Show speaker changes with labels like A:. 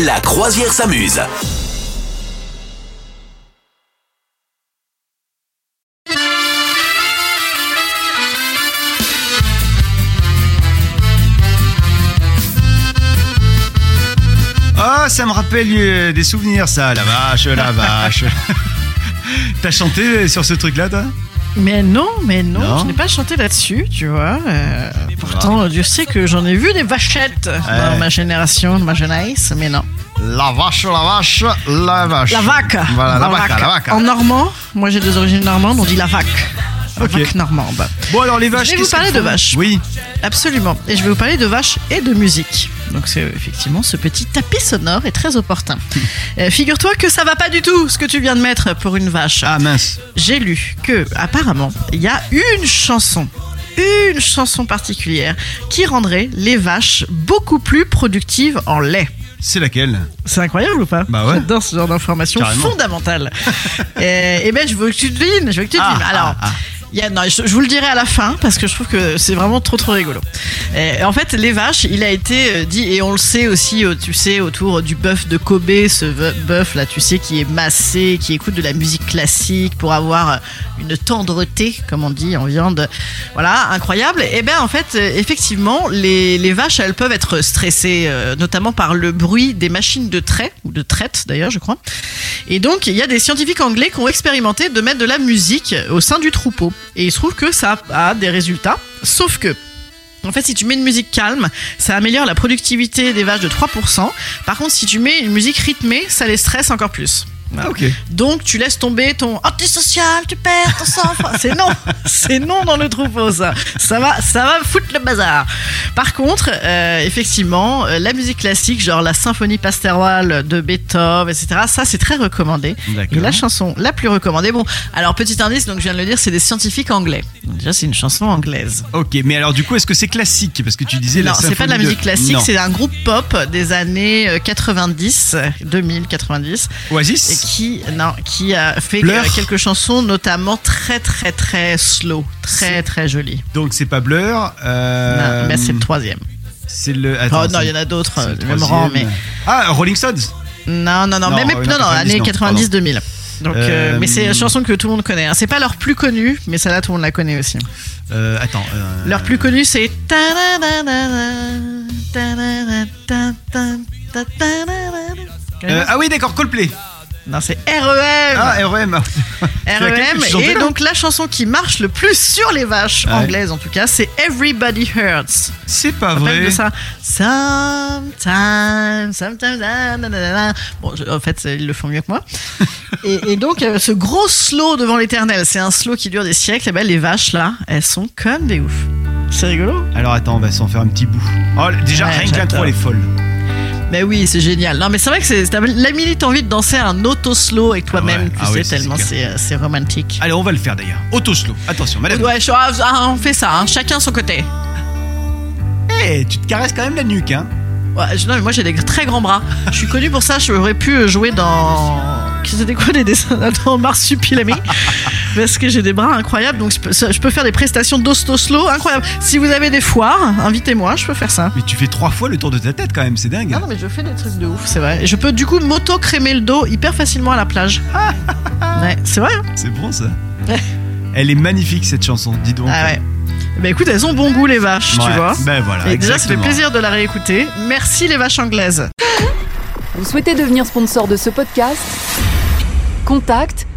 A: La croisière s'amuse.
B: Ah, ça me rappelle euh, des souvenirs, ça. La vache, la vache. T'as chanté sur ce truc-là, toi
C: Mais non, mais non,
B: Non.
C: je n'ai pas chanté là-dessus, tu vois. euh, pourtant, Dieu sait que j'en ai vu des vachettes dans ma génération, dans ma jeunesse, mais non.
B: La vache, la vache, la vache.
C: La vaque
B: Voilà, la, vaca, la vaca.
C: En normand, moi j'ai des origines normandes, on dit la vaque. La
B: Ok.
C: vaque normande.
B: Bon, alors les vaches.
C: vais vous
B: qu'est-ce
C: parler
B: qu'elles
C: de
B: font
C: vaches.
B: Oui.
C: Absolument. Et je vais vous parler de vaches et de musique. Donc c'est euh, effectivement ce petit tapis sonore est très opportun. Euh, Figure-toi que ça va pas du tout ce que tu viens de mettre pour une vache.
B: Ah mince.
C: j'ai lu que apparemment il y a une chanson une chanson particulière qui rendrait les vaches beaucoup plus productives en lait.
B: C'est laquelle
C: C'est incroyable ou pas
B: Bah ouais.
C: J'adore ce genre d'information
B: Carrément.
C: fondamentale. et, ben je veux que tu devines, je veux que tu
B: Ah,
C: devines. Alors,
B: ah, ah.
C: il y a- non, je, je vous le dirai à la fin parce que je trouve que c'est vraiment trop trop rigolo. Et en fait, les vaches, il a été euh, dit et on le sait aussi, euh, tu sais, autour du bœuf de Kobe, ce ve- bœuf là, tu sais, qui est massé, qui écoute de la musique classique pour avoir euh, une tendreté, comme on dit en viande. Voilà, incroyable. Et ben en fait, euh, effectivement, les, les vaches, elles peuvent être stressées, euh, notamment par le bruit des machines de trait ou de traite d'ailleurs, je crois. Et donc, il y a des scientifiques anglais qui ont expérimenté de mettre de la musique au sein du troupeau. Et il se trouve que ça a des résultats. Sauf que, en fait, si tu mets une musique calme, ça améliore la productivité des vaches de 3%. Par contre, si tu mets une musique rythmée, ça les stresse encore plus.
B: Ah, ok.
C: Donc tu laisses tomber ton antisocial, tu perds ton sang-froid. C'est non, c'est non dans le troupeau ça. Ça va, ça va foutre le bazar. Par contre, euh, effectivement, euh, la musique classique, genre la symphonie pastorale de Beethoven, etc. Ça c'est très recommandé. Et
B: D'accord.
C: la chanson la plus recommandée, bon, alors petit indice, donc je viens de le dire, c'est des scientifiques anglais. Donc, déjà c'est une chanson anglaise.
B: Ok, mais alors du coup, est-ce que c'est classique Parce que tu disais la
C: Non, c'est pas de la
B: symphonie
C: musique classique,
B: Non.
C: c'est un groupe pop des années euh, 90, euh, 2000, 90 et
B: Oasis
C: qui non qui a fait
B: Blur.
C: euh, quelques chansons notamment très très très slow très très jolies
B: Donc c'est pas Blur. euh,
C: Non, mais c'est le troisième
B: C'est le.
C: oh
B: Attends,
C: non
B: c'est-
C: il y en a d'autres
B: c'est
C: euh,
B: le
C: du même rang mais
B: troisième. Ah, Rolling Stones
C: non non non,
B: Non,
C: même
B: euh,
C: non non
B: 90,
C: années
B: non,
C: 90 2000 donc, euh,
B: Euh,
C: mais c'est une chanson que tout le monde connaît. hein. C'est pas leur plus connue, mais celle-là tout le monde la connaît aussi. hein.
B: Euh, Attends. euh,
C: Leur plus connue, c'est. ta-da-da-da-da, ta-da-da-da-da, ta-da-da-da.
B: euh, ah oui, d'accord, Coldplay.
C: Non, c'est E REM.
B: Ah, REM.
C: REM. Et E donc la chanson qui marche le plus sur les vaches
B: Ouais.
C: anglaises en tout cas, c'est Everybody Hurts.
B: C'est pas
C: Rappelle
B: vrai.
C: de ça. Sometimes, sometimes, na, na, na, na. Bon, je- en fait, ils le font mieux que moi. et, et donc, euh, ce gros slow devant l'éternel, c'est un slow qui dure des siècles. Et ben, les vaches là, elles sont comme des oufs. C'est rigolo.
B: Alors attends, on va s'en faire un petit bout. Oh, déjà,
C: Ouais,
B: rien que l'intro,
C: j'adore.
B: elle est folle.
C: Mais oui, c'est génial. Non, mais c'est vrai que c'est, t'as la minute envie de danser un auto slow avec toi-même.
B: ouais.
C: Tu
B: Ah
C: sais
B: oui, ça,
C: tellement
B: c'est
C: c'est, euh, c'est romantique.
B: Allez, on va le faire d'ailleurs. Autoslow. Attention, madame.
C: Ouais, je- ah, ah, on fait ça. hein. Chacun son côté.
B: Eh, tu te caresses quand même la nuque, hein.
C: Ouais, je- non, mais moi j'ai des très grands bras. Je suis connue pour ça, j'aurais pu euh, jouer dans. C'était quoi les dessins dans Marsupilami Parce que j'ai des bras incroyables, donc je peux, ça- je peux faire des prestations d'ostoslo incroyables. Si vous avez des foires, invitez-moi, je peux faire ça.
B: Mais tu fais trois fois le tour de ta tête quand même, c'est dingue. hein.
C: Ah non, mais je fais des trucs de ouf, c'est vrai. Et je peux du coup m'auto-crémer le dos hyper facilement à la plage. Ouais, c'est vrai, hein
B: C'est bon ça. elle est magnifique cette chanson, dis donc.
C: Ah ouais. Bah écoute, elles ont bon goût les vaches, tu
B: Ouais,
C: vois.
B: Ben voilà.
C: Et déjà, ça fait
B: exactement.
C: plaisir de la réécouter. Merci les vaches anglaises.
D: Vous souhaitez devenir sponsor de ce podcast Contact